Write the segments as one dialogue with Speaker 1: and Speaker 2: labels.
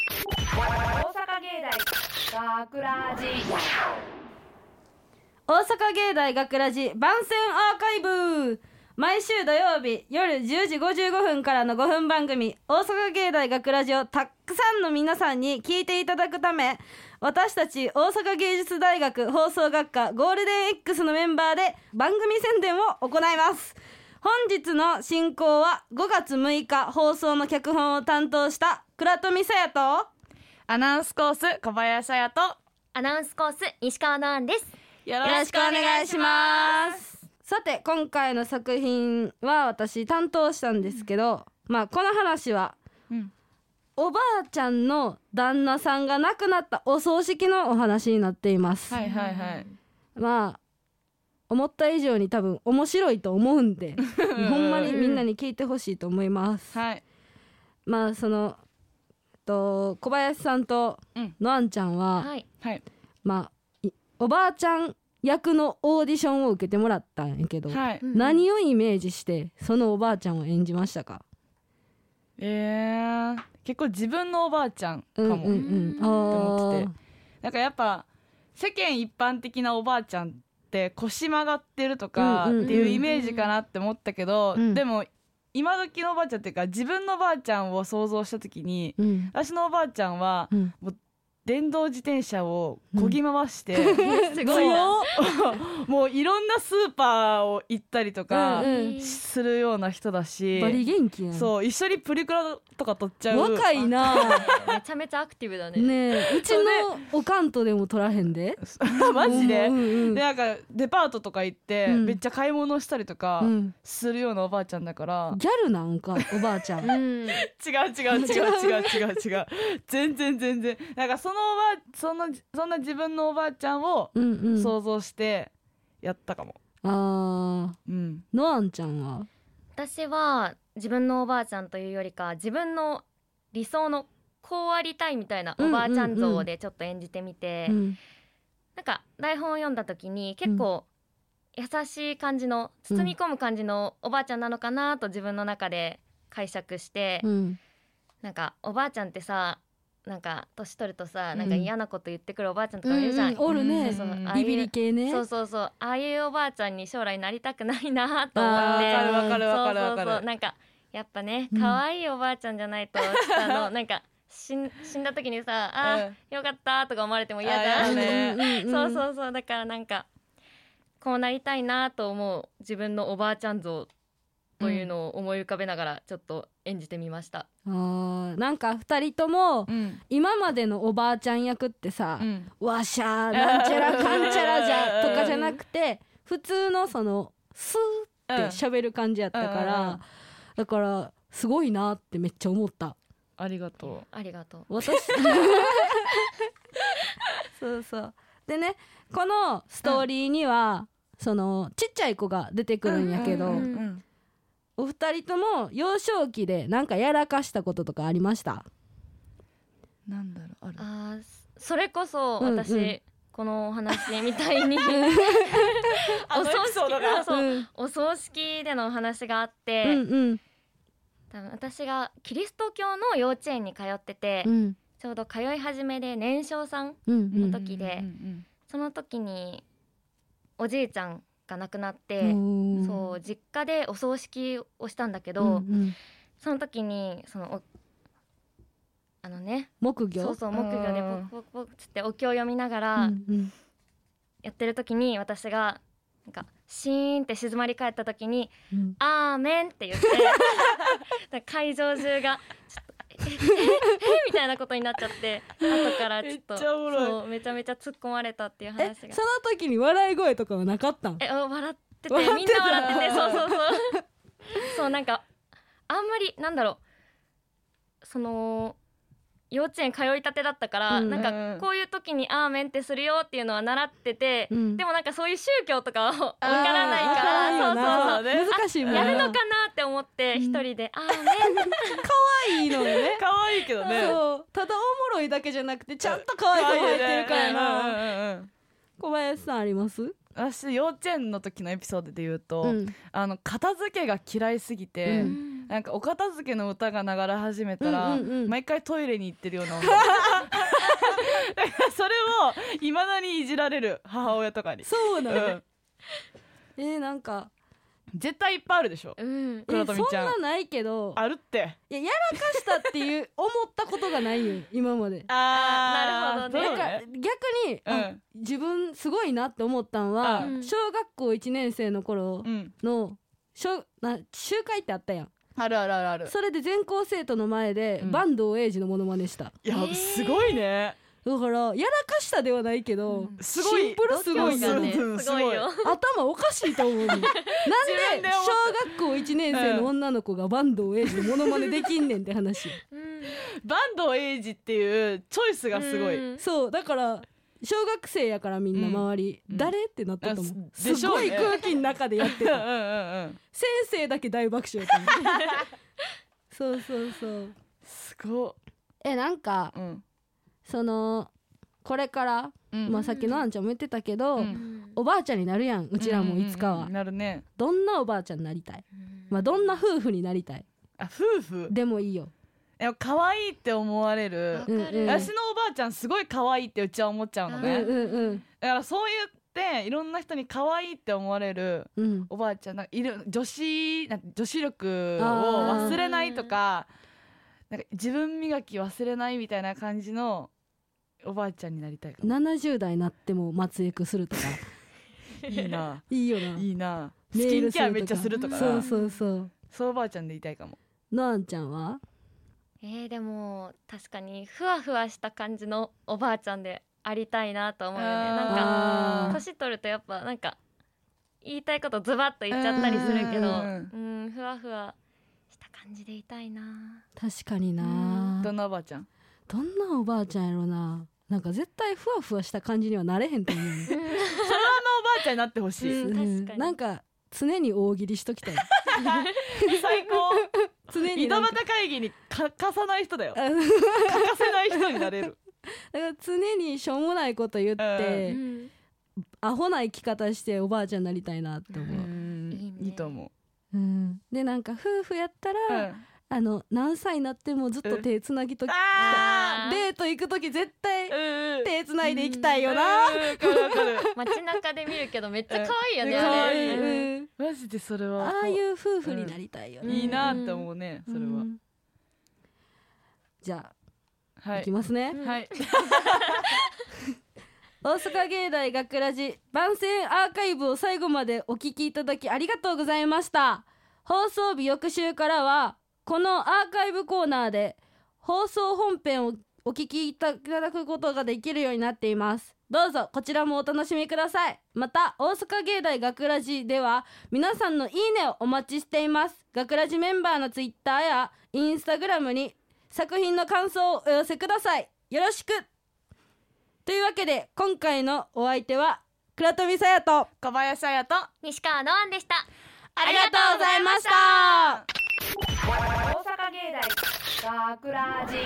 Speaker 1: 大阪芸大学ラジ
Speaker 2: 大阪芸大学ラジ番宣アーカイブ毎週土曜日夜10時55分からの5分番組「大阪芸大学ラジをたくさんの皆さんに聞いていただくため私たち大阪芸術大学放送学科ゴールデン X のメンバーで番組宣伝を行います本日の進行は5月6日放送の脚本を担当した倉富沙耶と
Speaker 3: アナウンスコース小林彩と
Speaker 4: アナウンスコース西川のあんです
Speaker 3: よ
Speaker 2: よろしくお願いしますさて今回の作品は私担当したんですけど、まあこの話は
Speaker 3: す、うん、
Speaker 2: おばあちゃんの旦那さんが亡くなったお葬式のお話になっています、
Speaker 3: はいはいはい
Speaker 2: まあ思った以上に多分面白いと思うん でほんまにみんなに聞いてほしいと思います、
Speaker 3: はい
Speaker 2: まあそのえっと小林さんと
Speaker 3: うん
Speaker 2: のあんちゃんは、
Speaker 4: はい
Speaker 3: はい
Speaker 2: まあいおばあちゃん役のオーディションを受けてもらったんやけど、
Speaker 3: はい
Speaker 4: うん
Speaker 2: 何をイメージしてそのおばあちゃんを演じましたか
Speaker 3: えー、結構自分のおばあちゃんか
Speaker 2: うんう
Speaker 3: も、
Speaker 2: んうん
Speaker 4: うん
Speaker 2: あ
Speaker 3: と思って
Speaker 2: ー
Speaker 3: てなんかやっぱ世間一般的なおばあちゃんって腰曲がってるとかっ
Speaker 2: う
Speaker 3: て
Speaker 2: んうんうん
Speaker 3: いうイメージかなって思ったけど、
Speaker 2: うん
Speaker 3: でも今時のおばあちゃんっていうか自分のおばあちゃんを想像した時に
Speaker 2: うん
Speaker 3: 私のおばあちゃんは
Speaker 2: うん
Speaker 3: 電動自転車をこぎ回して、
Speaker 4: す
Speaker 3: ごいなもういろんなスーパーを行ったりとか
Speaker 2: うん
Speaker 3: するような人だし、
Speaker 2: バリ元気やん
Speaker 3: そう一緒にプリクラとか撮っちゃう
Speaker 2: 若い な
Speaker 4: めちゃめちゃアクティブだね
Speaker 2: ねえうちのおかんとでも取らへんで
Speaker 3: マジで,、
Speaker 2: うんうんうん
Speaker 3: でなんかデパートとか行って、
Speaker 2: うん
Speaker 3: めっちゃ買い物したりとか
Speaker 2: うん
Speaker 3: するようなおばあちゃんだから、
Speaker 2: ギャルなんかおばあちゃん
Speaker 4: うん
Speaker 3: 違う違う違う違う違う違う全然全然なんかそのおばあそのそんな自分のおばあちゃんを
Speaker 2: うんうん
Speaker 3: 想像してやったかも、
Speaker 2: あ
Speaker 3: うん、
Speaker 2: ーのあんちゃんは
Speaker 4: 私は自分のおばあちゃんというよりか自分の理想のこうありたいみたいなおばあちゃん像でちょっと演じてみて、
Speaker 2: うん
Speaker 4: なんか台本を読んだ時に結構優しい感じの包み込む感じのおばあちゃんなのかなと自分の中で解釈して、
Speaker 2: うん
Speaker 4: なんかおばあちゃんってさなんか年取るとさなんか
Speaker 2: うん
Speaker 4: 嫌なこと言ってくるおばあちゃんと
Speaker 2: う
Speaker 4: か
Speaker 2: ん
Speaker 4: いるじゃん、
Speaker 2: うんおるね
Speaker 3: そうそう
Speaker 4: ああい
Speaker 2: ビ
Speaker 4: う
Speaker 2: ビリ系ね
Speaker 4: そうそうそうああいうおばあちゃんに将来なりたくないなと思
Speaker 2: あー
Speaker 4: って
Speaker 3: わかるわかるわかる
Speaker 4: そ
Speaker 3: わ
Speaker 4: うそ
Speaker 3: か
Speaker 4: う
Speaker 3: る
Speaker 4: そうなんかやっぱね
Speaker 2: うん
Speaker 4: 可愛いおばあちゃんじゃないと、あの なんか死ん死んだ時にさあ、ーよかったとか思われても嫌じ
Speaker 3: あ
Speaker 4: ゃ
Speaker 3: ー
Speaker 4: ん、
Speaker 3: 嫌だね
Speaker 4: そうそううそうだからなんかこうなりたいなと思う自分のおばあちゃん像というのを思い浮かべながらちょっと演じてみました、
Speaker 2: んあーなんか二人とも
Speaker 3: うん
Speaker 2: 今までのおばあちゃん役ってさ
Speaker 3: うん
Speaker 2: わしゃーなんちゃらかんちゃらじゃとかじゃなくて普通のそのスーって喋る感じやったか
Speaker 3: うんうんうん
Speaker 2: らだからすごいなってめっちゃ思った
Speaker 3: ありがと
Speaker 4: ありがとう
Speaker 2: 私そうそうでねこのストーリーには、そのちっちゃい子が出て
Speaker 3: う
Speaker 2: くるんやけど、
Speaker 3: う
Speaker 4: うんん
Speaker 2: お二人とも幼少期でなんかやらかしたこととかありました
Speaker 3: なんだろうある
Speaker 4: あーそそれこそ
Speaker 2: うんうん
Speaker 4: 私、このお話み たいに
Speaker 3: あのエピソードが
Speaker 4: あそう
Speaker 2: うん
Speaker 4: お葬式でのお話があって、
Speaker 2: うんうん
Speaker 4: 多分私がキリスト教の幼稚園に通ってて、
Speaker 2: うん
Speaker 4: ちょうど通い始めで年少さん
Speaker 2: うんうん
Speaker 4: の時で
Speaker 3: うん
Speaker 4: その時におじいちゃんが亡くなって、
Speaker 2: ん
Speaker 4: そう実家でお葬式をしたんだけど、
Speaker 2: んうん
Speaker 4: その時にそのおあのね
Speaker 2: 木魚
Speaker 4: そうそう木魚で
Speaker 3: う
Speaker 4: ポ
Speaker 3: ん
Speaker 4: クポクポクつってお経を読みなが
Speaker 2: う
Speaker 4: ら
Speaker 2: んうん
Speaker 4: やってる時に私がなんかシーンって静まり返った時に
Speaker 2: うん
Speaker 4: 「アーメン」っ て言ってなんか会場中がちょっとえ「えええみたいなことになっちゃって後からちょっと
Speaker 3: めっちゃおもろい
Speaker 4: そうめちゃめちゃ突っ込まれたっていう
Speaker 2: え
Speaker 4: 話
Speaker 2: その
Speaker 4: が
Speaker 2: 時に笑い声とかはなかったん
Speaker 4: えお笑ってて
Speaker 2: 笑ってた
Speaker 4: みんな笑っててそうそうそうそうなんかあんまりなんだろうその幼稚園通いたてだったから、
Speaker 2: うん
Speaker 4: なんかこういう時に「アーメン」ってするよっていうのは習ってて、
Speaker 2: うん
Speaker 4: でもなんかそういう宗教とかはわからないか
Speaker 2: あーわから
Speaker 4: ら
Speaker 2: ん
Speaker 4: そう
Speaker 2: よ
Speaker 4: そうそう
Speaker 2: な難しいもん
Speaker 4: あ
Speaker 2: な
Speaker 4: やるのかなって思って
Speaker 2: うん
Speaker 4: 一人で「アーメン
Speaker 2: いいのよね
Speaker 3: 可愛いけどね
Speaker 2: そうただおもろいだけ」じゃなくてちゃんと可愛い子も入ってるからな
Speaker 3: な
Speaker 2: 小林さんあります？
Speaker 3: 私幼稚園の時のエピソードで言うと、
Speaker 2: うん。
Speaker 3: あの片付けが嫌いすぎて、
Speaker 2: う
Speaker 3: なんかお片付けの歌が流れ始めたら、
Speaker 2: うんうんうん
Speaker 3: 毎回トイレに行ってるような女それをいまだにいじられる母親とかに、
Speaker 2: そう
Speaker 3: う
Speaker 2: なの。
Speaker 3: ん、
Speaker 2: えーなんか
Speaker 3: 絶対いっぱいあるでしょ
Speaker 4: うん
Speaker 2: えー
Speaker 3: 黒
Speaker 2: そ
Speaker 3: 富
Speaker 2: ん
Speaker 3: ちゃん
Speaker 2: なないけど、
Speaker 3: あるって
Speaker 2: いややらかしたっていう思ったことがないよ今まで。
Speaker 4: あーなるほどね
Speaker 2: な
Speaker 3: そ
Speaker 2: ん
Speaker 3: う
Speaker 2: か逆に、あ
Speaker 3: うん
Speaker 2: 自分すごいなって思ったんは、
Speaker 3: うん
Speaker 2: 小学校1年生の頃
Speaker 3: うん、
Speaker 2: の小な集会ってあったやん
Speaker 3: あるあるあるある
Speaker 2: それで全校生徒の前で
Speaker 3: うん
Speaker 2: 坂東英二のモノマネした、
Speaker 3: いや、
Speaker 4: えー
Speaker 3: すごいね
Speaker 2: だからやらかしたではないけど、
Speaker 4: うん
Speaker 3: すごい
Speaker 2: シンプルすごい
Speaker 4: 度胸がね
Speaker 3: すごい
Speaker 4: すごいよ
Speaker 2: 頭おかしいと思 うのなんで
Speaker 3: 分で思っ
Speaker 2: 小学校1年生の女の子が坂東英二のモノマネできんねんって話
Speaker 4: うん
Speaker 3: 坂東エイジっていうチョイスがすごい、
Speaker 4: うん
Speaker 2: そうだから小学生やからみんな周り、
Speaker 3: うん
Speaker 2: 誰ってなったと思う、
Speaker 3: うん
Speaker 2: す
Speaker 3: でしょう
Speaker 2: ご
Speaker 3: ね
Speaker 2: い空気の中でやって
Speaker 3: うんう
Speaker 2: た
Speaker 3: んうん
Speaker 2: 先生だけ大爆笑やった そうそうそう
Speaker 3: すごっ
Speaker 2: えなんか
Speaker 3: うん
Speaker 2: そのこれから、
Speaker 3: うん
Speaker 2: まあ、さっきのあんちゃんも言ってたけど、
Speaker 3: う
Speaker 4: うんん
Speaker 2: おばあちゃんになるやんうちらもいつかは、
Speaker 3: うんうんうんなるね
Speaker 2: どんなおばあちゃんになりたい、まあ、どんな夫婦になりたい
Speaker 3: あ夫婦
Speaker 2: でもいいよ
Speaker 3: でも可愛いって思われる
Speaker 4: わかる
Speaker 2: うんうん
Speaker 3: 私のおばあちゃんすごい可愛いってうちは思っちゃうの
Speaker 2: うん
Speaker 3: ね、だ
Speaker 2: うん
Speaker 3: からそう言っていろんな人に可愛いって思われる
Speaker 2: うんうん
Speaker 3: おばあちゃんなんかいる女子なんか女子力を
Speaker 2: あー
Speaker 3: 忘れないとかなんか自分磨き忘れないみたいな感じのおばあちゃんになりたいかも
Speaker 2: 70代になっても末クするとか
Speaker 3: いい ない
Speaker 2: いよない
Speaker 3: いな
Speaker 2: ネ
Speaker 3: スキ
Speaker 2: イル
Speaker 3: ン
Speaker 2: す
Speaker 3: ケアめっちゃするとかな
Speaker 2: そうそうそう
Speaker 3: そうおばあちゃんでいたいかも
Speaker 2: のあんちゃんは
Speaker 4: えー、でも確かにふわふわした感じのおばあちゃんでありたいなと思うよね
Speaker 3: あー
Speaker 4: なんか
Speaker 2: あー
Speaker 4: 年取るとやっぱなんか言いたいことズバッと言っちゃったりするけど
Speaker 3: う
Speaker 4: うん
Speaker 3: ん
Speaker 4: ふわふわした感じでいたいな
Speaker 2: 確かにな
Speaker 3: どんなおばあちゃん
Speaker 2: どんなおばあちゃんやろななんか絶対ふわふわした感じにはなれへんと思う
Speaker 4: うん
Speaker 3: そんなおばあちゃんになってほしい、
Speaker 4: うん
Speaker 2: うん
Speaker 4: 確かに
Speaker 2: なんか常に大喜利しときたい
Speaker 3: 最高
Speaker 2: 常に
Speaker 3: 井
Speaker 2: な
Speaker 3: 戸
Speaker 2: んか
Speaker 3: 端会議に欠かさない人だ よ欠
Speaker 2: あの
Speaker 3: かせない人になれる
Speaker 2: だから常にしょうもないこと言って、
Speaker 4: うん
Speaker 2: アホな生き方しておばあちゃんになりたいなって思
Speaker 3: う
Speaker 2: う、
Speaker 3: ん
Speaker 4: いいね
Speaker 3: いいと思
Speaker 2: うんでなんか夫婦やった
Speaker 3: う、う
Speaker 2: ら、
Speaker 3: ん
Speaker 2: あの何歳になってもずっと手つなぎとき、
Speaker 3: あ
Speaker 4: ー
Speaker 2: デート行く時絶対
Speaker 3: うんうん
Speaker 2: 手つないでいきたいよな、
Speaker 3: うんわかるわか る
Speaker 4: 街中で見るけどめっちゃ可愛いよ
Speaker 2: う
Speaker 4: ね
Speaker 2: ん
Speaker 3: ん
Speaker 4: あ
Speaker 3: 可
Speaker 4: れ
Speaker 3: 愛い
Speaker 4: うん
Speaker 2: うん
Speaker 3: マジでそれは
Speaker 2: ああいう夫婦になりたいよ
Speaker 4: う
Speaker 2: ね、
Speaker 4: ん
Speaker 3: いいなって思うねそれは、
Speaker 2: うんじゃあ、、
Speaker 3: はいい
Speaker 2: きますね、
Speaker 3: はい
Speaker 2: 大阪芸大学ラジ番宣アーカイブを最後までお聞きいただきありがとうございました放送日翌週からはこのアーカイブコーナーで放送本編をお聞きいただくことができるようになっていますどうぞこちらもお楽しみくださいまた大阪芸大学ラジでは皆さんのいいねをお待ちしています学ラジメンバーのツイッターやインスタグラムに作品の感想をお寄せくださいよろしくというわけで今回のお相手は倉富さやと
Speaker 3: 小林彩と
Speaker 4: 西川のあんでした
Speaker 2: あ
Speaker 4: りがとうございました
Speaker 2: た
Speaker 1: 大阪芸大学ラジ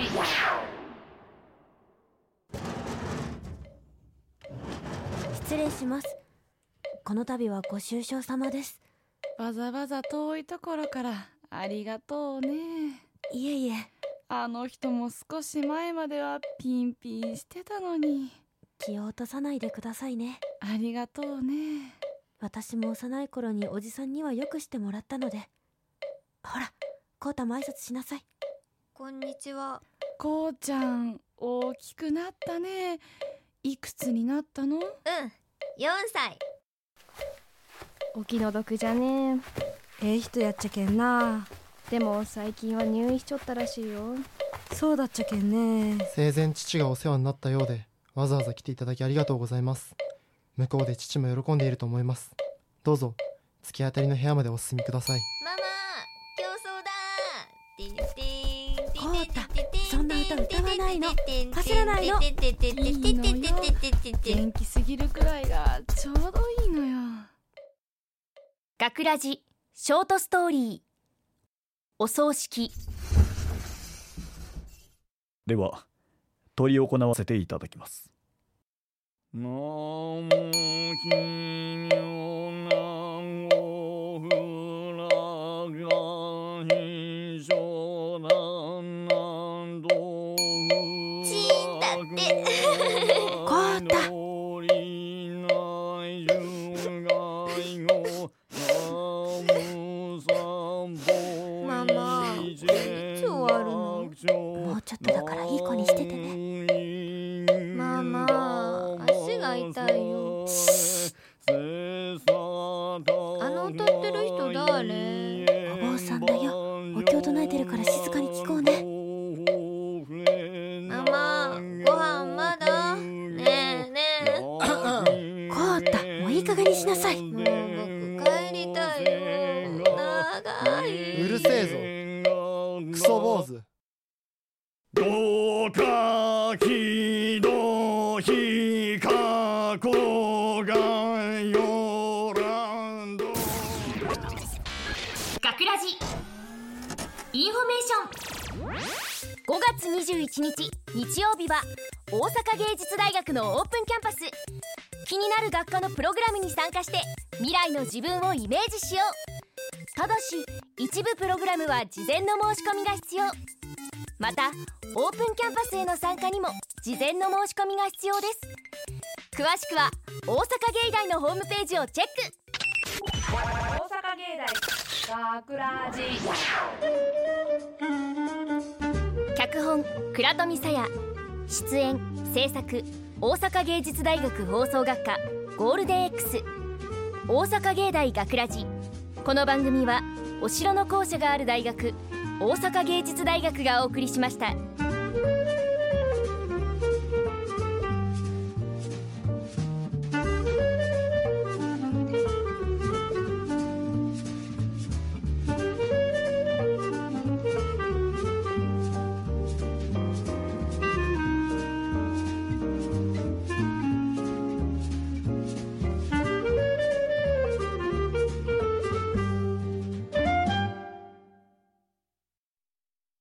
Speaker 5: 失礼しますこの度はご愁傷様です
Speaker 3: わざわざ遠いところからありがとうね
Speaker 5: いえいえ
Speaker 3: あの人も少し前まではピンピンしてたのに
Speaker 5: 気を落とさないでくださいね
Speaker 3: ありがとうね
Speaker 5: 私も幼い頃におじさんにはよくしてもらったのでほらコウタも挨拶しなさい
Speaker 6: こんにちは。
Speaker 3: こうちゃん大きくなったねいくつになったの
Speaker 6: うん、4歳。
Speaker 7: お気の毒じゃね
Speaker 5: ええ人やっちゃけんな
Speaker 7: でも最近は入院しちょったらしいよ
Speaker 5: そうだっちゃけんね
Speaker 8: 生前父がお世話になったようでわざわざ来ていただきありがとうございます向こうで父も喜んでいると思いますどうぞ突き当たりの部屋までお進みください
Speaker 6: ママ、競争だてんてん
Speaker 5: こうたそんな歌歌わないの走らないの
Speaker 6: てんてんてんてんてんてんてんてんてんてんてんてん
Speaker 3: 元気すぎるくらいがちょうどいいのよ
Speaker 9: 学ラジショートストーリーお葬式
Speaker 10: では執り行わせていただきますなお奇妙なおふらが非常なんなんどうちんだってこうたママいつ終わるのもうちょっとだからいい子にしててねママ足が痛いよあの歌ってる人誰
Speaker 5: お坊さんだよお経唱えてるから静かに聞こうね
Speaker 10: ママご飯まだねえねえ こうたもういい加減にしなさいもう僕帰りたいよ長いう
Speaker 8: るせえ
Speaker 10: ぞ
Speaker 8: クソ坊主
Speaker 10: どかきどひかこがよらんど
Speaker 9: ガクラジインフォメーション5月21日日曜日は大阪芸術大学のオープンキャンパス気になる学科のプログラムに参加して未来の自分をイメージしようただし一部プログラムは事前の申し込みが必要またオープンキャンパスへの参加にも事前の申し込みが必要です詳しくは大阪芸大のホームページをチェック
Speaker 1: 大阪芸大がくらじ
Speaker 9: 脚本倉富沙耶出演制作大阪芸術大学放送学科ゴールデン X 大阪芸大学ラジこの番組はお城の校舎がある大学大阪芸術大学がお送りしました。